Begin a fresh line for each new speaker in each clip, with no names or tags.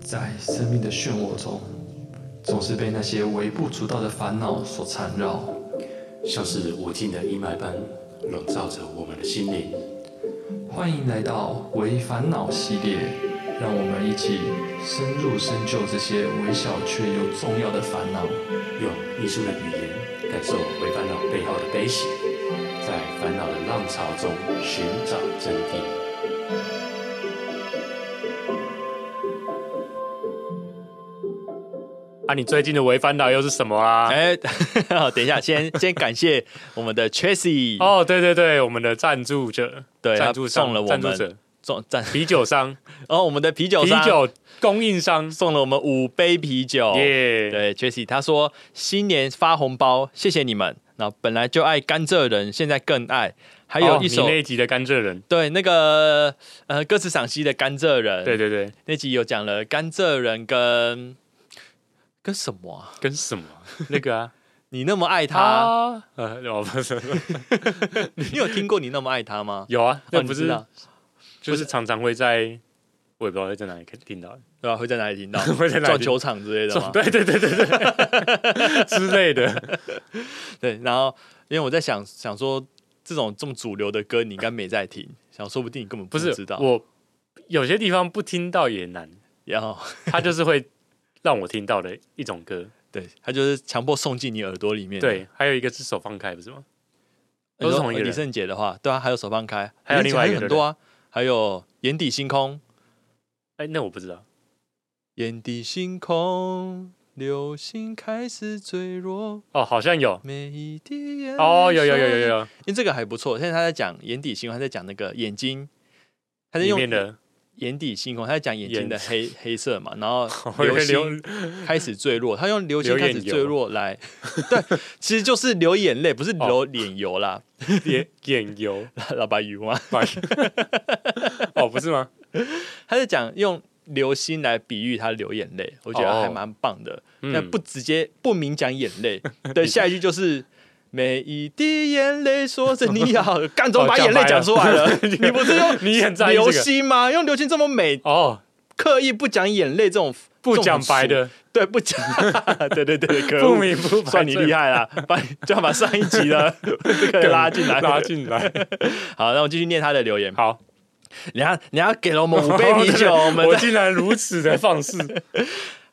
在生命的漩涡中，总是被那些微不足道的烦恼所缠绕。
像是无尽的阴霾般笼罩着我们的心灵。
欢迎来到微烦恼系列，让我们一起深入深究这些微小却又重要的烦恼。
用艺术的语言感受为烦恼背后的悲喜，在烦恼的浪潮中寻找真谛。
啊，你最近的违反岛又是什么啊？
哎、 等一下，先 先感谢我们的 Tracy
哦，对对对，我们的赞助者，
对
赞助
他
商
送了我
赞助
们
者，
送赞，
啤酒商，
然后我们的啤酒
啤
商
酒供应商，
送了我们五杯啤酒。
耶，哦
对 Tracy 他说新年发红包，谢谢你们。那本来就爱甘蔗人，现在更爱。还
还
有一首、
哦你那一集的甘蔗人，
对那个呃歌词赏析的甘蔗人，
对对对，
那集有讲了甘蔗人跟跟什么、啊？
跟什么那个 啊？
你那么爱他，
啊，呃，我不是
你有听过你那么爱他吗？
有啊，
哦
那
你
不
知
是
道
就是常常会在，我也不知道在哪里可以听到，
对吧、啊会在哪里听到？
会在哪里
撞球场之类的吗？
对对对对对之类 的，
对，然后因为我在想想说，这种这么主流的歌你应该没在听，想说不定你根本
不是
知道。
我有些地方不听到也难，
然后
它就是会让我听到的一种歌。
对他就是强迫送进你耳朵里面。
对，，还有一个是手放开，不是吗？
你
都是
说呃
同一个
李
人
圣杰的话，对啊，还有手放开，
还有
李
另
圣杰
外一个
很多啊，还有眼底星空，
哎，那我不知道。
眼底星空，流星开始坠落，
哦，好像有。
每一滴眼
哦，有有有有
水
有，有，
因为这个还不错。现在他在讲眼底星空，他在讲那个眼睛，他在
里
用
面的
眼底星空，他在讲眼睛的
眼
黑黑色嘛，然后
我以
流
为
星
流
开始坠落，他用流星
流
开
眼
始
油
坠落来， 对，其实就是流眼泪，不是
哦
流脸油啦，
眼眼油
老白鱼吗？
白哦，不是吗？
他在讲用流星来比喻他流眼泪，我觉得
哦
还蛮棒的。
嗯
那、不直接不明讲眼泪，对，下一句就是。每一滴眼泪说着你好，干 总
哦
把
讲
眼泪
白
讲
了
出来了。 你不是用
你很 在意这
流
个
星吗？用流星这么美，
哦，
刻意不讲眼泪这种
不讲白，
这种
的，
俗对，不讲， 对对对，可
不
恶。
明不白，
算你厉
害，
害啦，把就要把上一集的 这个拉进来。
拉进来。
好，那我继续念他的留言。
好，
你要你要给 了我们五杯啤酒，我们
我
再
竟然如此的放 肆，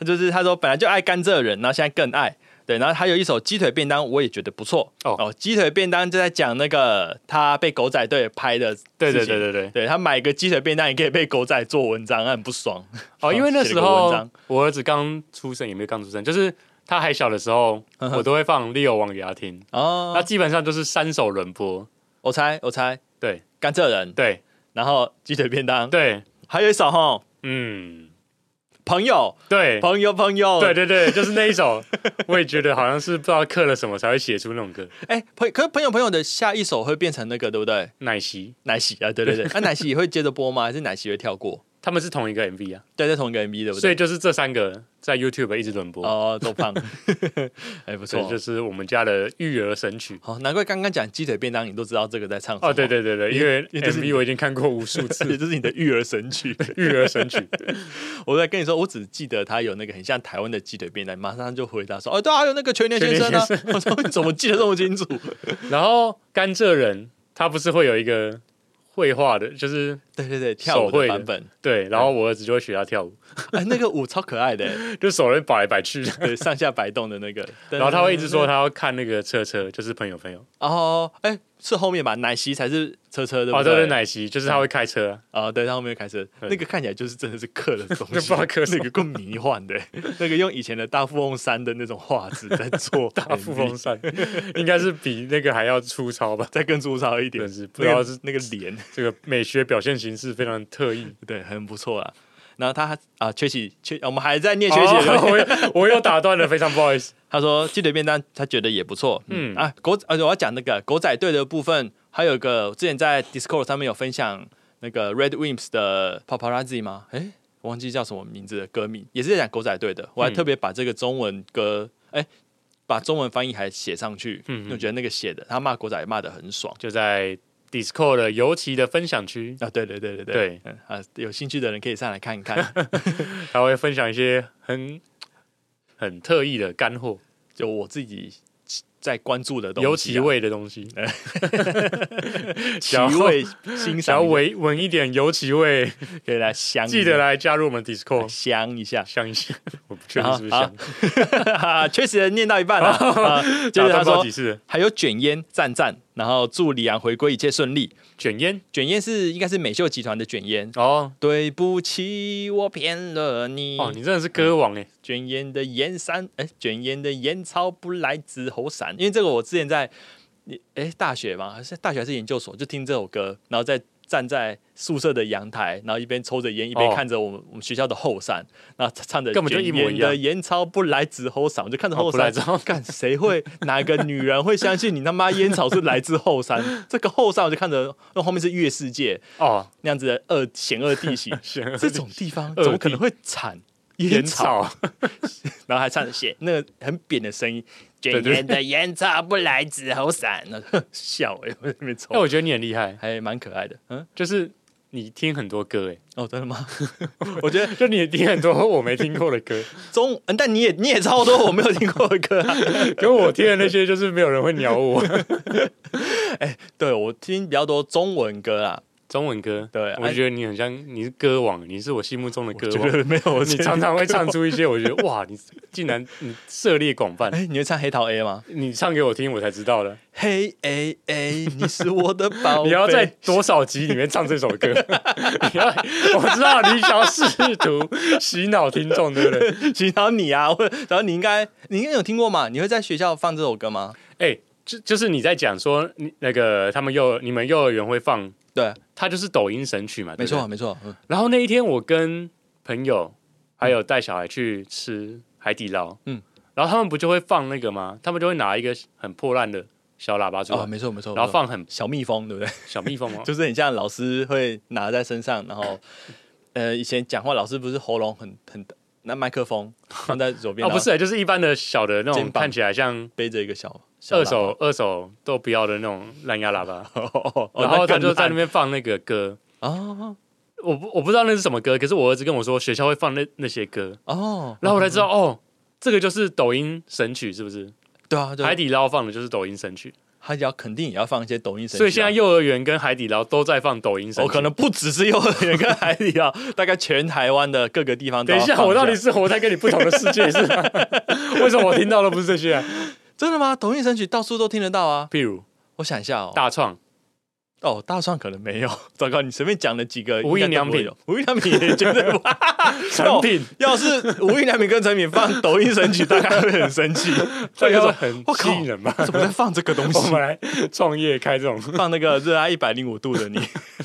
就是他说本来就爱甘蔗人，然后现在更爱。对，然后还有一首鸡腿便当，我也觉得不错
哦
鸡腿便当就在讲那个他被狗仔队拍的，
对对对，对对。
对他买个鸡腿便当也可以被狗仔做文章，他很不爽。
哦，因为那
写
时
了个文
候
章
我儿子刚出生，也没有刚出生，就是他还小的时候，
嗯
我都会放《利友王》给他听。那
哦，
基本上就是三首轮播，
我猜我猜
对
甘蔗人，
对
然后鸡腿便当，，
对，
还有一首吼，
嗯，
朋友
对
朋友朋友，
对对对，就是那一首，我也觉得好像是不知道刻了什么才会写出那种歌。
哎，朋可是朋友朋友的下一首会变成那个对不对？
奶昔
奶昔 啊，对对对，那、奶昔也会接着播吗？还是奶昔会跳过？
他们是同一个 MV 啊，
对，在同一个 MV 对不
所以
对？
就是这三个在 YouTube 一直轮播，
哦，都胖， 哎，不
所以
错
就。是我们家的育儿神曲。
好、难怪刚刚讲鸡腿便当，你都知道这个在唱什么
哦，对，对对对，因为
因为这是你
MV 我已经看过无数
而且
次，
这是你的育儿神曲。
育儿神曲。
我在跟你说，我只记得他有那个很像台湾的鸡腿便当，马上就回答说，哦，对啊，有那个全年先生啊。 我说你怎么记得这么清楚？
然后甘蔗人他不是会有一个绘画的，就是
对对对，跳舞
手绘
的
的
版本，
对，然后我儿子就会学他跳舞，
哎，那个舞超可爱的，
就手会摆来摆去的。
对，上下摆动的那 个。
然后他会一直说他要看那个车车，就是朋友朋友。
哦，哎，是后面吧？奶昔才是车车对不
哦，对对，奶昔就是他会开车啊，
啊、对，他后面开车，
对
那个看起来就是真的是刻的东 西，
那不知道刻什
那
么
个更迷 幻的，那个用以前的大富翁三的那种画质在做。
大富翁山应该是比那个还要粗糙吧
再更粗糙一点
真，是不知道
那个
是
那个脸，
这个美学表现形式非常特 意。
对，很不错啦。然后他啊，缺席缺，我们还在念缺席的留言、
哦，我又我又打断了，非常不好意思。
他说鸡腿便当，他觉得也不错。嗯
嗯
啊，狗而且我要讲那个狗仔队的部分，还有一个我之前在 Discord 上面有分享那个 Red Wimps 的 Paparazzi 吗？诶，我忘记叫什么名字的歌名，也是在讲狗仔队的。我还特别把这个中文歌，诶，把中文翻译还写上去，
嗯
因为我觉得那个写的他骂狗仔骂的很爽。
就在 Discord 的尤其的分享区，
啊，对对对对
对
嗯啊，有兴趣的人可以上来看 一看。
他会分享一些很很特意的干货、
就我自己在关注的东西、啊，哎
有其味的东西，
其
想要
味
想
欣
要
赏一下，
闻闻一点有其味，
可以来香一哎下，
记得来加入我们 Discord
香一下。
香一 下，我不确定是不是香，
啊， 确实念到一半了、啊， 就
打断不
是他
知道
说
哦几次
还有卷烟赞赞，然后祝李阳回归一切顺利。
卷烟
卷烟是应该是美秀集团的卷烟。
哦
对不起，我骗了你。
哦，你真的是歌王哎，
卷烟的烟山，哎、卷烟的烟草不来自猴山，因为这个我之前在，哎、大学嘛，还是大学还是研究所，就听这首歌，然后再站在宿舍的阳台，然后一边抽着烟，一边
哦
看着我们、我们学校的后山，然后唱着
根本就一模一样
卷烟的烟草不来自后山，我就看着后
哦不来
山，
自
干谁会哪个女人会相信你他妈烟草是来自后山？这个后山我就看着，那后面是月世界
哦，，
那样子的恶险恶地形
选
这种地方
恶
怎么
地
可能会产
烟
烟草？
草，
然后还唱写 那个很扁的声音，卷
对
烟的烟草不来自喉散，然后 笑哎、欸，我在那边抽
哎，，我觉得你很厉害，
还蛮可爱的。嗯，
就是你听很多 歌哎，
哦，真的吗？我觉得
就你听很多我没听过的歌，
中，嗯但你也你也超多我没有听过的歌、 啊。
可我听的那些就是没有人会鸟我。
对我听比较多中文歌啊，
中文歌，
对啊
我觉得你很像，你是歌王，你是我心目中的歌
觉
王。
得没有我
你
觉得
常常会唱出一些，我觉得 哇，你竟然你涉猎广泛
哎、， 你会唱黑桃 A 吗？
你唱给我听，我才知道的。
嘿 A A，你是我的宝
你
贝。
要在多少集里面唱这首歌？ 你要，我知道你想要试 图洗脑听众，对不对？
洗脑你啊，我然后你应该你应该有听过嘛？你会在学校放这首歌吗？
哎，就就是你在讲说，你那个他们幼你们幼儿园会放，
对，
它就是抖音神曲嘛，
没
对不对
错没错，嗯
然后那一天我跟朋友还有带小孩去吃海底捞，
嗯
嗯，然后他们不就会放那个吗？他们就会拿一个很破烂的小喇叭出来，
哦没错没错，
然
没
后
错
放很
小蜜蜂，对不对？
小蜜蜂吗？
就是很像老师会拿在身上，然后呃，以前讲话老师不是喉咙很很那麦 克风放在左边，
哦，不
然后
是，就是一般的小的那
肩
种，
膀
看起来像
背着一个小小
二
喇
手二手都不要的那种蓝牙喇叭，
叭， 哦
然后他
更
就在
烂
那边放那个歌。
哦
我不我不知道那是什么歌，可是我儿子跟我说学校会放那那些歌，
哦，
然后我才知道、哦，这个就是抖音神曲是不是？
对啊，对啊
海底捞放的就是抖音神曲。
他要肯定也要放一些抖音神曲啊，
所以现在幼儿园跟海底捞都在放抖音神曲。
我可能不只是 幼儿园跟海底捞，大概全台湾的各个地方都
等
要
一
放这
下，
样。
我到底是活在跟你不同的世界是 吗？为什么我听到的不是这些、啊？
真的吗？抖音神曲到处都听得到啊！
譬如
我想一下哦，
大创，
哦，大蒜可能没有。 糟糕，你随便讲了几个
无印
应该都不会
良
有，无印良品也绝对不
成 品
要是无印良品跟成品放抖音神曲，大家会很生 气。
这
大
个
家
是
说
很
啊我
吸
靠
引人 吧？
怎么在放这个东
我
西
们？来创业开这种，
放那个热爱一百零五度的你，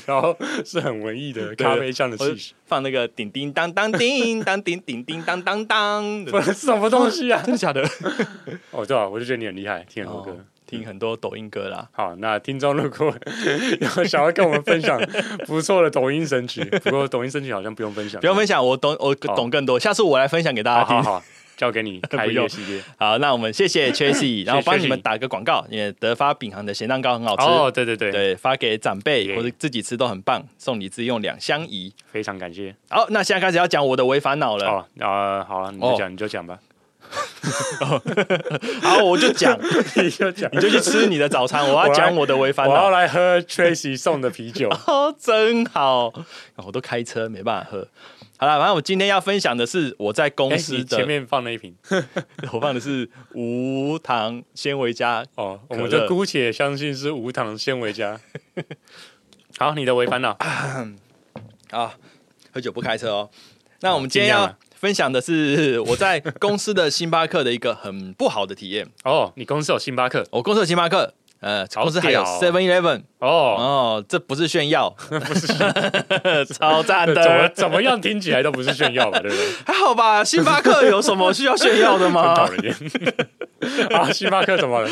然后是很文艺的咖啡香的
或
气
者
息，
放那个叮叮当当叮当叮叮叮当当当的，
不是 什么东西啊
真？的假的？
哦，对啊，我就觉得你很厉害，听很多歌
哦。听很多抖音歌啦。
好，那听众如果 有想要跟我们分享不错的抖音神曲，不过抖音神曲好像不用分享，
不用分享，我懂，我
好
懂更多。下次我来分享给
好
大
好
家听。
好，交给 你开业
用
系列。
好，那我们谢 谢 Tracy，然后帮你
Tracy
们打个广告，因为德发饼行的咸蛋糕很好吃，
哦，对对对，
对，发给长辈
Yeah
或者自己吃都很棒，送礼自用两相宜。
非常感谢。
好，那现在开始要讲我的违烦恼了。
哦，啊，好啊，你就
哦
讲，你就讲吧，
好，哦我就讲，
你就讲
你就去吃你的早餐，我
我
要
来
讲我的 违
我
反
要
恼。
来喝 Tracy 送的啤 酒。
哦，真好、哦我都开车没办法喝。好了，反正我今天要分享的是我在公
哎，
司
你
的，
前面放了一瓶
我放的是无糖纤维加。
哦，我
可
们
乐
就姑且相信是无糖纤维 加。好，你的违反恼，
啊，喝酒不开车哦。那我们今天
尽量
要
啊
分享的是我在公司的星巴克的一个很不好的体验。
哦，你公司有星巴克，
我公司有星巴克，呃，
好
公司还有
屌哦
Seven Eleven
哦，
哦，这不是 炫耀，不是 超赞
对怎么
的，
怎么样听起来都不是炫耀吧，对不 对？
还好 吧？星 巴克有什么需要炫耀的
更
吗
讨？人厌。啊，星巴克怎么了？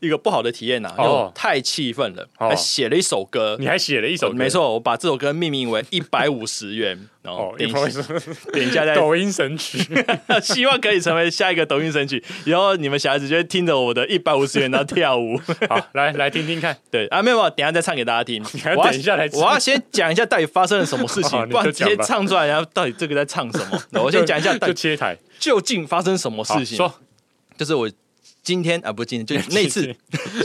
一个不好的体验呐、啊，因为我太气愤了，
哦
还写了一首歌。哦
你还写了一首歌，
没，错，我把这首歌命名为一百五十元，然后
哦，一
点
首是
点一下再
抖音神 曲，
希望可以成为下一个抖音神曲，然后你们小孩子就会听着我的一百五十元然后跳舞。
好，来来听听看，
对啊，没有没有，等一下再唱给大 家听。
还要
我要
等一下来唱
我要先讲一下到底发生了什么事
好
情，
你
不然
就
直
讲
接
吧
唱出来，然后到底这个在唱什 么。哦那我先讲一下，到
就
底
切台，
究竟发生什么
好
事情。
说，
就是我今天啊，不是 今天，就是那次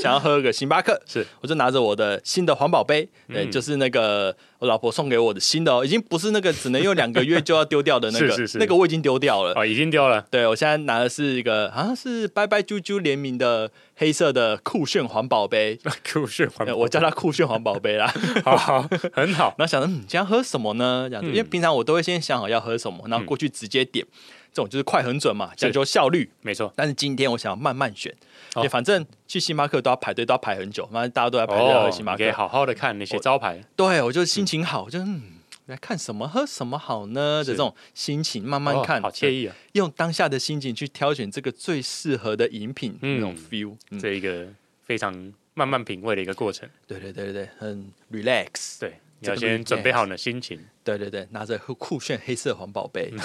想要喝个星巴克，
是，
我就拿着我的新的环保杯，对，
嗯
就是那个我老婆送给我的新的哦，已经不是那个只能用两个月就要丢掉的那个，
是是是
那个我已经丢掉了。
哦，已经丢了，
对，我现在拿的是一个好像是拜拜啾啾联名的黑色的酷炫环保杯，
酷炫环
呃
保，
我叫它酷炫环保杯啦。
好好，很好，
然后想着，嗯，今天要喝什么呢？这样
嗯
子，因为平常我都会先想好要喝什么，然后过去直接点，这种就是快很准嘛，讲究效率。
没 错，
但是今天我想要慢慢选，
哦
也反正去星巴克都要排队，都要排很久，反正大家都在排队要
哦，
喝星巴
你
克。
可以好好的看那些招牌，
对我就心情好，我就嗯，来看什么喝什么好呢的这种心情，慢慢
哦
看，
好惬意啊，
用当下的心情去挑选这个最适合的饮品，
嗯
那种 feel。嗯，
这一个非常慢慢品味的一个过程，
对对对对对，很 relax。
对，你
这
要
个
先
weekend
准备好你的心 情，
对对对，拿着酷炫黑色环保杯，
嗯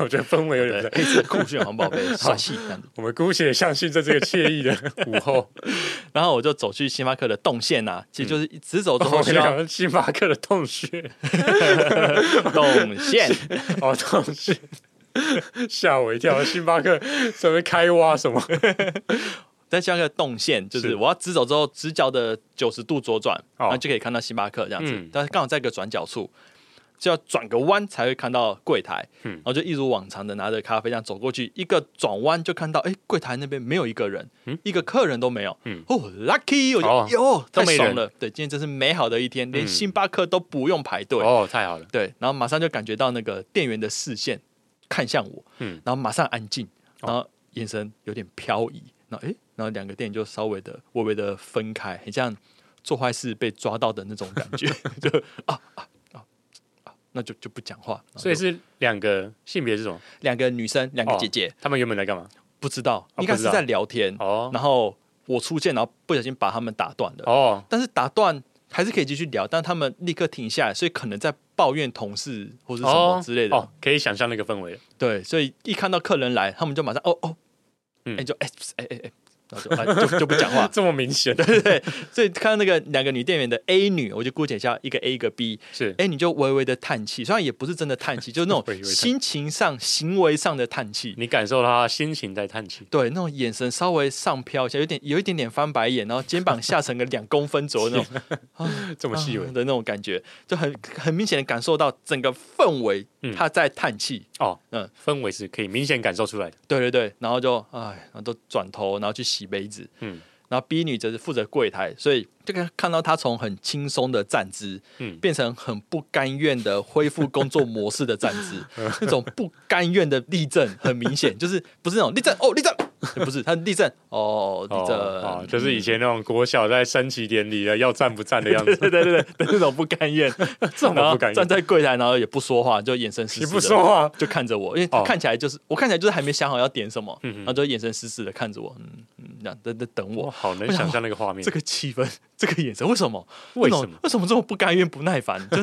我觉得氛围有点
对
不太，
黑色 酷炫环 保杯，帅气这样子。
我们姑且相信在这个惬意 的午后，
然后我就走去星巴克的动线呐、其实就是直走之
嗯哦我
后
们
需要
讲星巴克的洞 穴，
动线。
哦，洞穴。吓我一跳！星巴克什么开挖什么？
在像个动线，就是
是
我要直走之后，直角的九十度左转，
哦
然后就可以看到星巴克这样子。
嗯
但是刚好在一个转角处，就要转个弯才会看到柜台。
嗯
然后就一如往常的拿着咖啡这样走过去，一个转弯就看到，哎、柜台那边没有一个人，一个客人都没有。
嗯
哦，lucky，我
哦
就哟、
都
太
没人
爽了。对，今天真是美好的一天，连
嗯
星巴克都不用排队。
哦，太好了，
对，然后马上就感觉到那个店员的视线看向我，
嗯哦
然后马上安静，然后眼神有点飘移，然后诶，然后两个店员就稍微的微微的分开，很像做坏事被抓到的那种感 觉，就啊啊啊啊，那就就不讲话。然后
所以
就是
两个性别是什么？
两个女生，两个
哦
姐姐，
他们原本来干嘛？
不知道
哦
应该
不知
是
道
在聊天，
哦
然后我出现，然后不小心把他们打断了，
哦，
但是打断。还是可以继续聊，但他们立刻停下来，所以可能在抱怨同事或是什么
哦
之类的。
哦，可以想象那个氛围了。
对，所以一看到客人来，他们就马上哦哦，哎、
嗯。
就哎哎哎哎，然后就、啊、就就不讲话
这么明显
对对对，所以看到那个两个女店员的 A 女，我就姑且叫一个 A 一个 B，
是
A 女就微微的叹气，虽然也不是真的叹气，就是那
微
种
微地叹
心情上、行为上的叹气，
你感受到他心情在叹气，
对，那种眼神稍微上飘一下，有点有一点点翻白眼，然后肩膀下沉个两公分左右那种
这么细微
啊的那种感觉，就很很明显的感受到整个氛围
嗯
她在叹气，
哦，
嗯
嗯，氛围是可以明显感受出来的。
对对对，然后就哎，然后都转头，然后去洗杯子，
嗯
然后 B 女则是负责柜台，所以这个看到她从很轻松的站姿
嗯，
变成很不甘愿的恢复工作模式的站 姿，那种不甘愿的立正很明显，就是不是那种立正哦立 正，不是她立正哦立正，
哦哦，就是以前那种国小在升旗典礼啊，要站不站的样子，
对对对对的那种不甘 愿，
这么
然后
不敢
啊站在柜台，然后也不说话，就眼神死
你
死的，
不说话，
就看着我，因为他
哦
看起来就是、我看起来就是还没想好要点什么，
嗯嗯
然后就眼神死死的看着我，嗯嗯，这样在在等
我
我。
好能想象那个画面
这。个气氛，这个眼神，为什么？
为
那
什
种
么
为什么这么不甘愿、不耐烦？就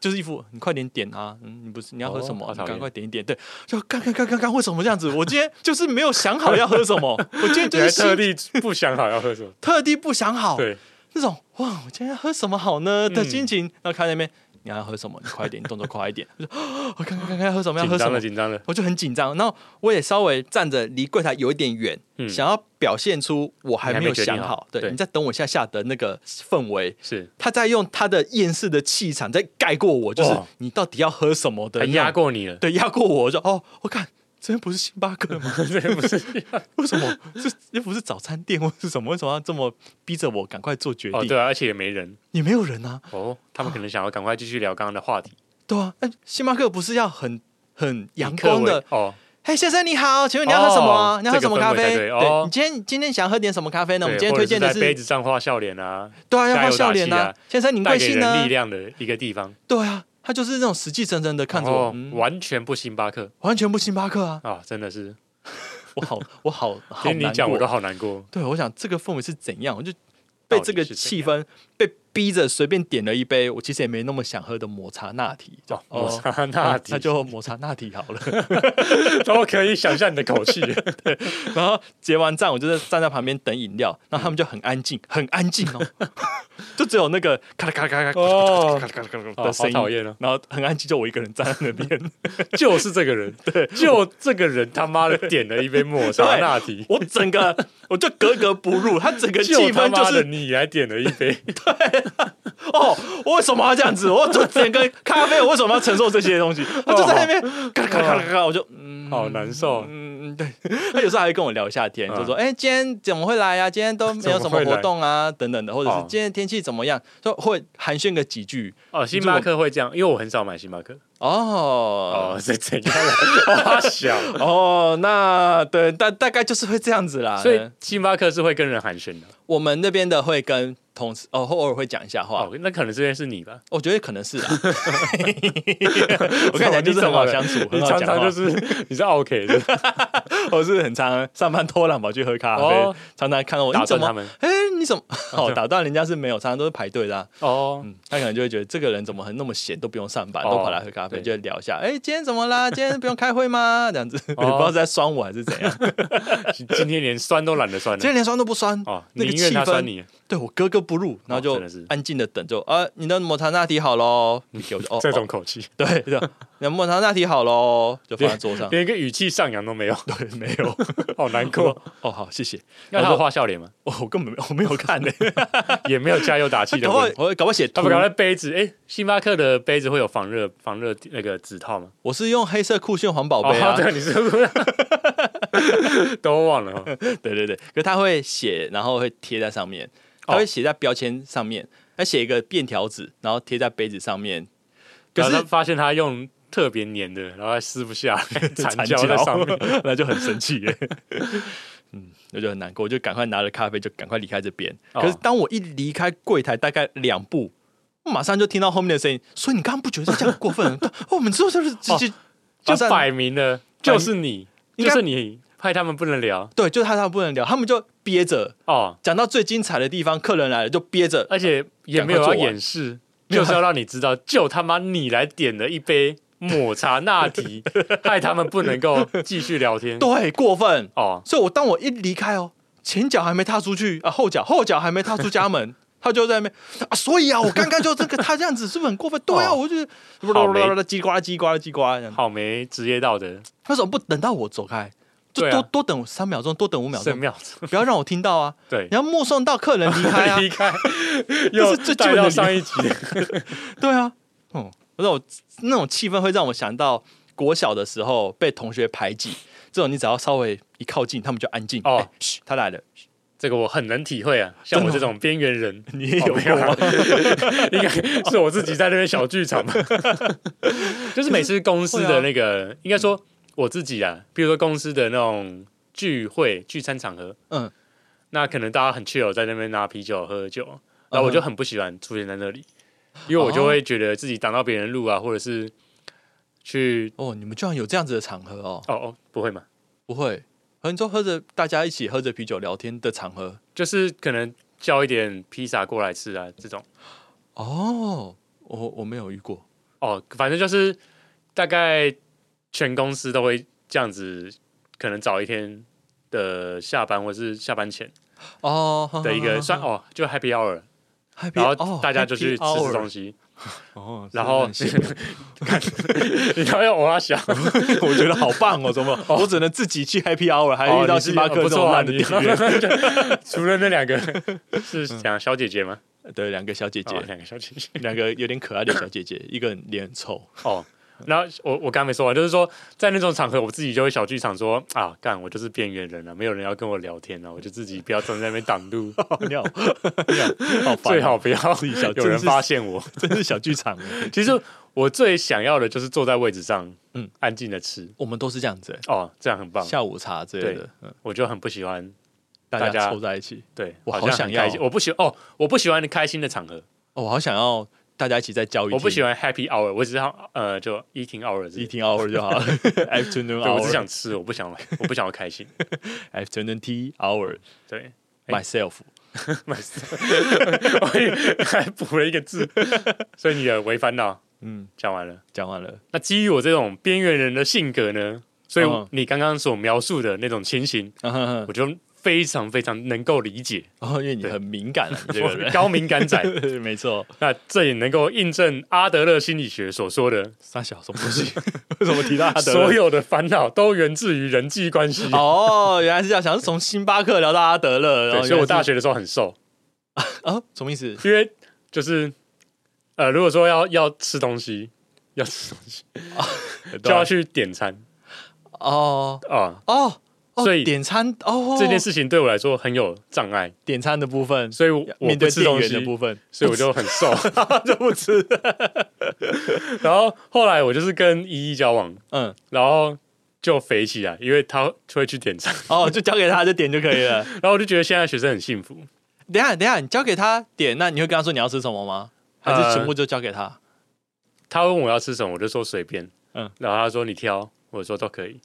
就是一副你快点点啊！嗯，你不是你要喝什么？
哦好
你
讨厌
赶快点一点。对，就干干干干干，为什么这样子？我今天就是没有想好要喝什么，我今天
你
就
还
是心哦
特地不想好要喝什么？
特地不想好。
对，
那种哇，我今天要喝什么好呢的
嗯
心情，然后看那边你要喝什么，你快一点，动作快一点。我就啊我看看看看要喝什么，要喝
紧
什
张
么
了，，紧张了。
我就很紧张。然后我也稍微站着离柜台有一点远，
嗯
想要表现出我还没有想
你还没决定好
对，
对
你在等我下下的那个氛围。
是，
他在用他的厌世的气场在盖过我，就是
哇
你到底要喝什么的
还
那种
压，过你了，
对，压过我，我就哦，我看这边不是星巴克吗？
这个不是
为什么这又不是早餐店或是什么？为什么要这么逼着我赶快做决定？
哦，对啊，而且也没人
也没有人啊，
哦，他们可能想要赶快继续聊刚刚的话 题。
对啊，哎，星巴克不是要很很阳
客
光
位
的？
哦，
嘿，先生你好，请问你要喝什么啊？
哦
你要喝什么咖
这
啡？
个氛围才对哦
你今天今天想喝点什么咖啡呢？我们
对
今天
或者
推荐的
在杯子
是
上画笑脸啊，
对啊，要
加
放
油
笑
打
脸
气
呐
啊，
先生您
带
贵
给
姓
人
呢
力？量的一个地方。
对啊，他就是那种死气沉沉的看着
然
我
后，
嗯
完全不星巴克
完全不星巴克啊。
啊，真的是
我好我好好
听你
难
讲我都
过。
好难过。
对，我想这个氛围是怎样，我就
到
被
底
这个
是怎
气氛被逼着随便点了一杯，我其实也没那么想喝的抹茶拿铁，就
哦抹茶拿铁
那就抹茶拿铁好了。
都可以想象你的口 气，
然后结完账，我就是站在旁边等饮料，然后他们就很安静，很安静哦，就只有那个咔啦咔啦咔啦咔啦咔啦咔啦咔啦咔啦
哦
的声音，
好讨厌哦
然后很安静，就我一个人站在那边，
就是这个人，对，就这个人他妈的点了一杯抹茶
对
拿提，
我整个我就格格不入，他整个气
就他
氛就
妈的
是
你来点了一杯，
哦，我为什么要这样子？我就整个咖啡，我为什么要承受这些东西？他就在那边咔啦咔啦咔啦咔啦，我就嗯，
好难受
嗯，对，他有时候还会跟我聊一下天，就说：“哎、今天怎么会来呀、今天都没有什
怎么
么
会来
活动啊，等等的，或者是
哦
今天天气怎么样？”就会寒暄个几句。
哦，星巴克会这样，因为我很少买星巴克。
哦
哦，是怎样啦？哇小，
哦那对，大大概就是会这样子啦。
所以
嗯
星巴克是会跟人寒暄的。
我们那边的会跟同事哦，偶尔会讲一下话，
哦，那可能这边是你吧？
我觉得可能是 啦。我看起来就是很好相处，
你
很好
常
讲
常
话
就。是你是 OK 的，
我是很常上班偷懒跑去喝咖啡，
哦
常常看到我
打
你怎
断
么
他们。
哎、你怎么？哦，打断人家是没有，常常都是排队的、啊。
哦，
嗯，他可能就会觉得这个人怎么很那么闲，都不用上班，
哦
都跑来喝咖啡，
对
就聊一下。哎、今天怎么啦？今天不用开会吗？这样子，也 不知道是在酸我还是怎样。
今天连酸都懒得酸
今
了。
天连酸都不酸，
哦，
那个
宁愿
气
他酸
氛，
你，
对我格格不入，然后
哦
就
真的是嗯
安静的等，就啊，你的抹茶拿铁好喽，你给我就 哦，
这种
哦
口气，
对，这样，你的抹茶拿铁好喽，就放在桌上。
连一个语气上扬都没有，
对，没有。
好 难
我
过
说。哦，好，谢谢。
那他有画笑脸 吗？
哦我我根本没有我没有看 的，
也没有加油打
他
气的
搞不好
问。
我搞不好写
他
图
们。搞在杯子，哎，星巴克的杯子会有防热防热那个纸套吗？
我是用黑色酷炫环保杯啊
哦，对，你是不是 都忘了哦？
对对对，可他会写，然后会贴在上面，他
哦
会写在标签上面，他写一个便条纸，然后贴在杯子上面。
可
可
是
是
他发现他用特别黏的，然后还撕不下 来，
缠
缠胶在上面。，
那就很生气耶。嗯，我就很难过，我就赶快拿了咖啡，就赶快离开这边。
哦
可是当我一离开柜台，大概两步。马上就听到后面的声音，所以你刚刚不觉得这样 过分？哦我们之后就是直接、
就
马上
摆明了就是你，
应
就
该
是你害他们不能聊
对，就是他他们不能聊，他们就憋着，
哦，
讲到最精彩的地方，客人来了就憋着，
而且也没有要掩饰， 就
赶快做完啊
是要让你知道，就他妈你来点了一杯抹茶拿 提，害他们不能够继续聊天
对，过分。
哦，
所以我当我一离开哦，前脚还没踏出去啊，后脚后脚还没踏出家门， 他就在那边啊，所以啊，我刚刚就这个他这样子是不是很过分？对啊，
哦
我就是
好没
叽呱啦叽呱啦叽呱啦这样。
好没职业道德，
为什么不等到我走开？就
对啊
多、多等三秒钟，多等五秒
神
钟，
妙，
不要让我听到啊！
对
你，要目送到客人离开 啊
离！ 开，又
是最基
带
本的
到
礼
上一集，
对啊，嗯，那种那种气氛会让我想到国小的时候被同学排挤，这种你只要稍微一靠近，他们就安静
哦
哎嘘，他来了，
这个我很能体会啊，像我这种边缘人，
你也
哦
有
没有
过吗
啊？ 应该是我自己在那边小剧场吧， 就是每次公司的那
啊
个，应该说我自己啊，比如说公司的那种聚会、聚餐场合，
嗯，
那可能大家很 chill，在那边拿啤酒喝酒，然后我就很不喜欢出现在那里，因为我就会觉得自己挡到别人路啊，或者是去
哦，你们居然有这样子的场合哦！
哦哦，不会嘛，
不会，很多喝着大家一起喝着啤酒聊天的场合
就是可能叫一点披萨过来吃啊，这种。
哦，我我没有遇过
哦，反正就是大概全公司都会这样子，可能早一天的下班或是下班前
哦
的一个算哦，就 happy hour，
happy，
然后大家就去吃吃东
西，
西，
哦
然后 你要要我要想，
哦 我觉得好棒哦，怎么我只能自己去 happy hour，还遇
哦
到
你是
星巴克
不
这
错
种
啊，
烂的
你
店员，
除了那两 个是讲小姐姐吗？
对，两个小姐
哦，
姐，
两个小姐姐
两个有点可爱的 小姐姐，一个脸很臭，
哦。然后我我刚没说完，就是说在那种场合，我自己就会小剧场说啊，干我就是边缘人了、啊没有人要跟我聊天了、啊我就自己不要站在那边挡 路，
好尿，好烦，
最好不要
小
有人发现我。
真是小剧场欸耶，
其实我最想要的就是坐在位置上，
嗯
嗯，安静的吃。
我们都是这样子耶，
哦，这样很棒。
下午茶之类的，嗯
我就很不喜欢，
大
大
家
家
凑在一起。
对
我
好
好
像
想
很
要
开心。我不喜哦，我不喜欢开心的场合。
哦我好想要大家一起在教育。
我不喜欢 Happy Hour，我只想呃就 Eating Hour 这
eating hour 就好了 ，afternoon
对
hour，
我 只想吃，我不想我不想要开心。
afternoon tea hour
对
myself。
我也还补了一个字，所以你的为烦恼
嗯，
讲完了。
讲完了，
那基于我这种边缘人的性格呢，所以
嗯
你刚刚所描述的那种情形，
啊哈哈
我就非常非常能够理解。
哦，因为你很敏感啊，你这个
我
人，
高敏感仔，
没错，
那这也能够印证阿德勒心理学所说的，
三小什么东 西？为什么提到阿德勒？
所有的烦恼都源自于人际关系。
哦，原来是这样，想是从星巴克聊到阿德勒，然
对，
后
所以我大
原来是
学的时候很瘦，
啊，什么意思？
因为就是呃，如果说要要吃东西，要吃东西就要去点餐
哦
啊。
哦哦，
所以
点餐哦，
这件事情对我来说很有障碍，
点餐的部分，
所以我我
面
不
对
吃
店
东
员的部
西，
分，
所以我就很瘦，
就不吃。
然后后来我就是跟依依交往，
嗯，
然后就肥起来，因为她会去点餐，
哦，就交给他就点就可以了。
然后我就觉得现在学生很幸福，
等一下等一下，你交给他点，那你会跟他说你要吃什么吗？还是
呃
全部就交给他？
他问我要吃什么，我就说随便，
嗯
嗯，然后他说你挑，我说都可以，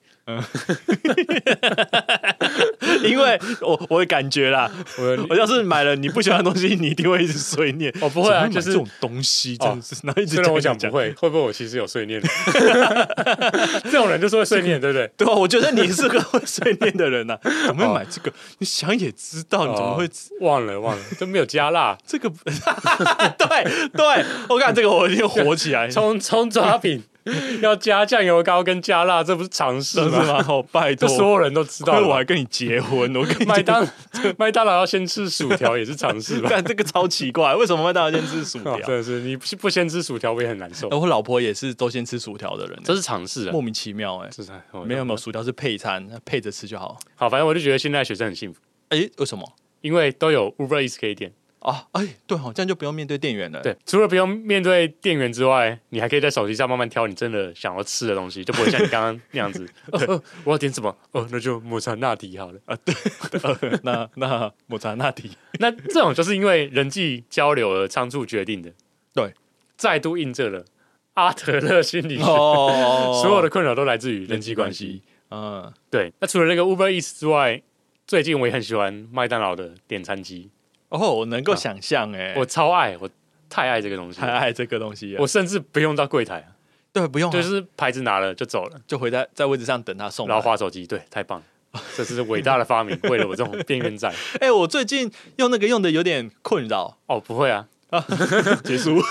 因为我我有感 觉啦，
我
我要是买了你不喜欢的东西，你一定会一直碎念。
我不会啊，
怎么买
就是哦
这种东西真的是，然后一直
虽然我
一直
讲不会，会不会我其实有碎念？ 这种人就是会碎 念，对不对？
对啊，我觉得你是个会碎念的人呐、啊怎么会买这个？你想也知道，你怎么会吃
忘了忘了，都没有加 辣，
这个？对对，我看这个我一定火起 来，
葱葱抓 饼要加酱油膏跟加辣，这不是常识
真是
吗？
吗？哦，拜
这
托，
所有人都知道
亏我
了
还。跟你结婚，我跟你
麦
结婚
当 麦当劳要先吃薯条也是常识 吧？
干这个超奇怪，为什么麦当劳先吃薯条
哦？真的是你不不先吃薯条，我也很难受
哎。我老婆也是都先吃薯条的人，
哦
欸
这是常识啊
莫，名其妙哎、
这是
没有没有，薯条是配餐，配着吃就好。
哦好，反正我就觉得现在学生很幸福，
哎、为什么
因为都有 Uber Eats 可以点。
啊？哎、对哦，这样就不用面对店员了。
对，除了不用面对店员之外，你还可以在手机上慢慢挑你真的想要吃的东西，就不会像你刚刚那样 子。哦哦，我要点什么？哦，那就抹茶拿提好了。
呃，那那抹茶拿铁，
那这种就是因为人际交流而仓促决定的。
对，
再度印证了阿德勒心理学，
哦
所有的困扰都来自于人际关系。，
嗯，
对，那除了那个 Uber Eats 之外，最近我也很喜欢麦当劳的点餐机，
哦，我能够想象哎、
啊我超爱，我太爱这个东西
太
了，
爱这个东西了。
我甚至不用到柜台，
对，不用啊、就
就是是牌子拿了就走了。
就回在在位置上等他送来。
然后划手机，对，太棒了，这是伟大的发 明，为了我这种边缘仔。
哎、我最近用那个用的有点困扰，
哦，不会啊，
结束，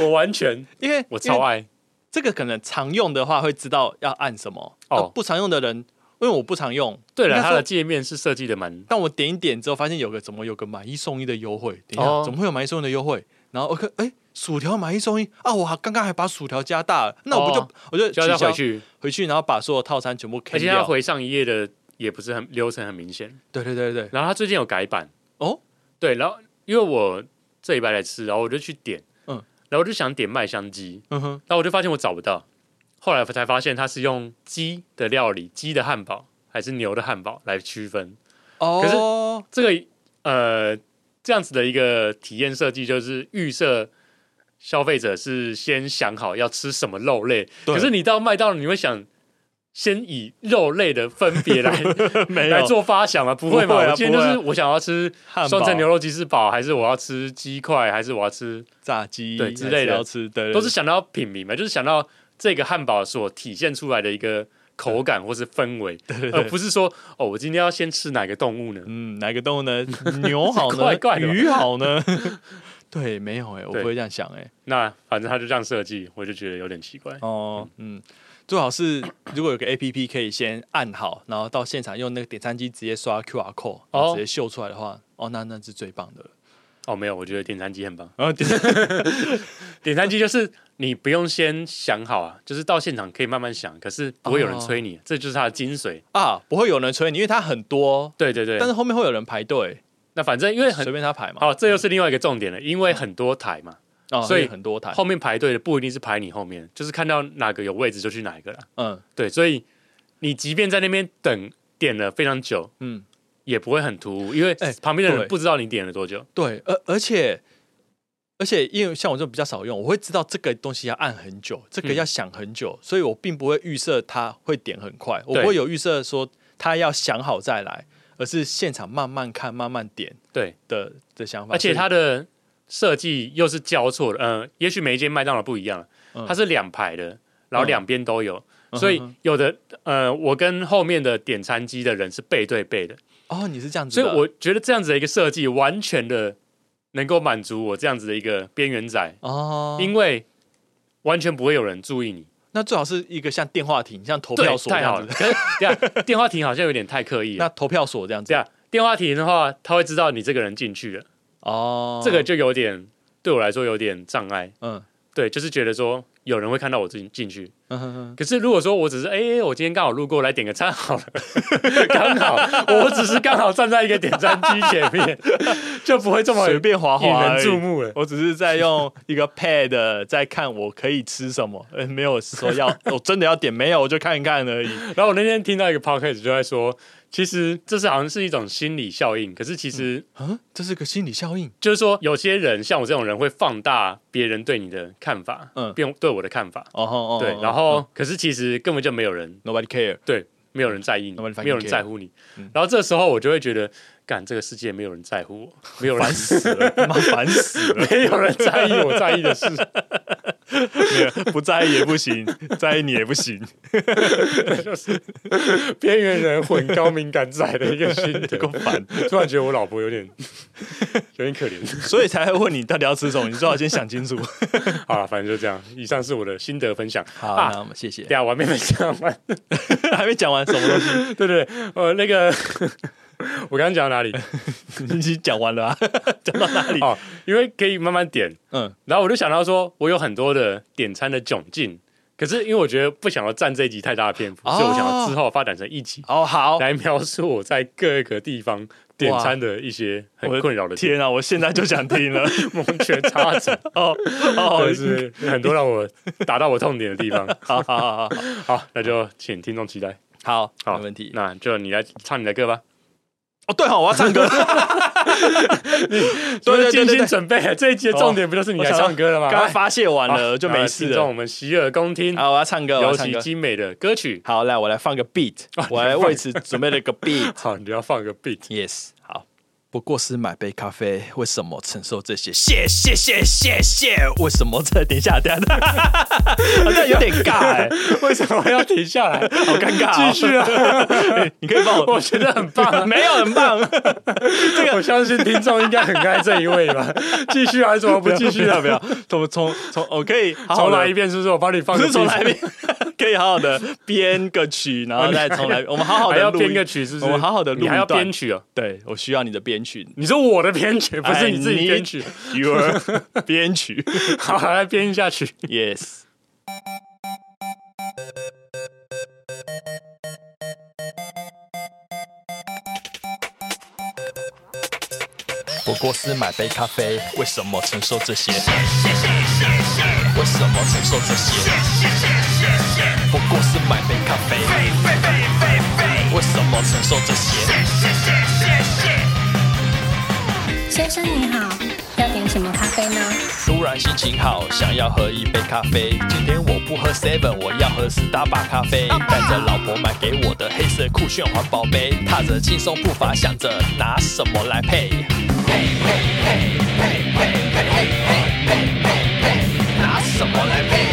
我完全，
因为
我
因
超
为
爱。
这个，可能常用的话会知道要按什么。
哦
哦，不常用的人，因为我不常用。
对了，
应该
它
说
的界面是设计的蛮，
但我点一点之后，发现有个怎么有个买一送一的优惠？等一下，
哦
怎么会有买一送一的优惠？然后我看，哎、薯条买一送一啊！我还刚刚还把薯条加大了，那我不就、
哦
我就
就要
取
再
消
回去，
回去，然后把所有套餐全部 K
而且它
掉。
回上一页的也不是很流程很明显。
对对对对，
然后它最近有改版
哦，
对，然后因为我这礼拜来吃，然后我就去点，
嗯
嗯，然后我就想点麦香鸡，
嗯哼，
然后我就发现我找不到，后来我才发现它是用鸡的料理、鸡的汉堡还是牛的汉堡来区分。是
哦，
这个呃这样子的一个体验设计，就是预设消费者是先想好要吃什么肉类，
对
可是你到麦当劳你会想。先以肉类的分别来
没有
来做发想吗？不会嘛？
不会啊
我今天就
不
是
会
我想要吃
汉堡
双层牛肉鸡翅堡，还是我要吃鸡块，还是我要吃，
炸鸡
对之类的
还是要吃，对对对
都是想到品名嘛，就是想到这个汉堡所体现出来的一个口感或是氛围，而不是说哦，我今天要先吃哪个动物呢？
嗯，哪个动 物呢？牛好呢？
怪怪的吧
鱼 好呢？对，没有哎、我
对
不会这样想哎、
那反正他就这样设计，我就觉得有点奇怪。
哦，嗯，最好是如果有个 A P P 可以先按好，然后到现场用那个点餐机直接刷 Q R code，然后直接秀出来的话，哦，那那是最棒的了。
哦，没有，我觉得点餐机很棒。
然后哦点
点餐机就是你不用先想好啊，就是到现场可以慢慢想，可是不会有人催
哦
你，这就是它的精髓。
啊，不会有人催你，因为它很多，
对对对，
但是后面会有人排队，
那反正因为很
随便他排嘛。
哦，这又是另外一个重点了，因为很多台嘛，
哦，
所以
有很多台，
后面排队的不一定是排你后面，就是看到哪个有位置就去哪一个啦。
嗯
对，所以你即便在那边等点了非常久，
嗯，
也不会很突兀，因为
哎
旁边的
对
人不知道你点了多久。
对，而而且而且因为像我这种比较少用，我会知道这个东西要按很久，这个
嗯
要想很久，所以我并不会预设它会点很快，我
对
不会有预设说它要想好再来，而是现场慢慢看、慢慢点
对，
的的想法。
而且
所以
它的设计又是交错的，嗯、也许每一间麦当劳不一样，啊
嗯
它是两排的，然后两边都有，
嗯
所以
哼
有的呃，我跟后面的点餐机的人是背对背的，
哦，你是这样子
所
的，
以我觉得这样子的一个设计，完全的能够满足我这样子的一个边缘仔，
哦，
因为完全不会有人注意你。
那最好是一个像电话亭、像投
对
票所这
太好了。
样子。
可是这样 电话亭好像有点太刻意
那
了。
投票所这样
这
子
样电话亭的话，他会知道你这个人进去了，
哦，
这个就有点对我来说有点障碍。
嗯
对，就是觉得说有人会看到我进进去。
嗯哼哼
可是如果说我只是哎、我今天刚好路过来点个餐好了， 刚好我只是刚好站在一个点餐机前面， 就不会这么
随便滑滑
引
而
人
已
注目了。
我只是在用一个 pad 在看我可以吃什么，呃，没有说要我真的要点，没有我就看一看而已。
然后我那天听到一个 podcast 就在说，其实这是好像是一种心理效应，可是其实
啊，这是个心理效应。
就是说，有些人像我这种人会放大别人对你的看法，
嗯
嗯，变对我的看法，
哦吼哦吼，
对，然后、可是其实根本就没有人
nobody care，
对，没有人在意你，
Nobody fucking
没有人在乎你
嗯，
然后这时候我就会觉得，干这个世界没有人在乎我， 没有人
烦死了，妈烦死了，
没有人在意我在意的事，
没有不在意也不行， 在意你也不行，
就是边缘人混高敏感仔的一个心得。
够烦。
突然觉得我老婆有点 有点可怜。
所以才会问你到底要吃什么，你最好先想清楚。
好了，反正就这样。以上是我的心得分享。
好，
啊
那我们谢谢
对。啊，我还没分享完。
还没讲完什么东 西，
对对对，呃，那个我刚刚讲到哪里？
你已经讲完了啊？ 讲到哪里？
哦，因为可以慢慢点。
嗯，
然后我就想到说，我有很多的点餐的窘境，可是因为我觉得不想要占这一集太大的篇幅，
哦
所以我想要之后发展成一集
哦，好，
来描述我在各个地方点餐的一些
我
很困扰的点，
天啊，我现在就想 听了。
蒙圈 叉子，
哦哦
就，是很多让我达到我痛点的地方。
好好好好
好，那就请听众期待。
好，
好
没问题。
那就你来唱你的歌吧。
哦，对哦，我要唱歌。对哦对对对
精
对
心准备，这一集 的重点不就是你来唱歌了吗？哎
刚刚发泄完了就没事
让我
了。
们洗耳恭听，
好，我要唱歌，我要
尤
唱
其
歌。
精美的歌 曲。
好，来，我来放个 beat，我 来为此准备了个 beat。
好，你就要放个 beat。
Yes，好。不过是买杯咖啡，为什么承受这些？谢谢谢谢谢，为什么这？等一下，等一下， 好像有点尬哎、
为什么要停下来？
好尴尬、哦。
继续啊！
你可以帮 我，
我觉得很棒啊
没有很棒。
这个我相信听众应该很爱这一位 吧？继续啊？怎么不继续啊？
不要，不要从从从，我可以好好
重
地
来一，遍，是不是？我帮你放
不
个 beat，
是重来 一遍， 可以好好的编个曲， 然后再重来。我们好好
还
的
要
录音
编个，曲，是不是？
我们好好地录
你还
一
要
段
编曲哦。
对我需要你的编曲，
你说我的编曲，不是你自己编曲。
your 编曲
好，来编一下曲。
，yes。不过是买杯咖啡，为什么承受这些？为什么承受这些？不过是买杯咖啡，为什么承受这些？
先生你好，要点什么咖啡呢？
突然心情好，想要喝一杯咖啡。今天我不喝 Seven，我要喝 Starbucks 咖啡。带着老婆买给我的黑色酷炫环保杯，踏着轻松步伐，想着拿什么来配。拿什么来配？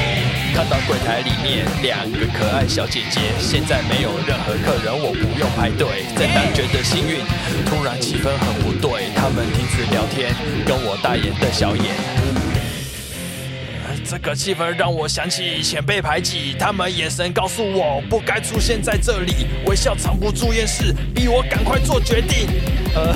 看到柜台里面两个可爱小姐姐，现在没有任何客人，我不用排队。正当觉得幸运，突然气氛很不对，他们停止聊天，跟我大眼瞪小眼。这个气氛让我想起以前被排挤，他们眼神告诉我不该出现在这里，微笑藏不住厌世，逼我赶快做决定。呃，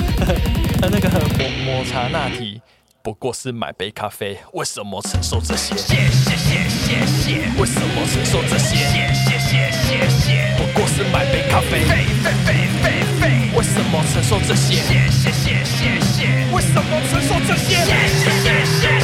呃那个抹抹茶拿题，不过是买杯咖啡，为什么承受这些？谢谢谢谢谢，为什么承受这些？谢谢谢谢谢，不过是买杯咖啡，费费费费费，为什么承受这些？谢谢谢谢谢，为什么承受这些？谢谢谢谢。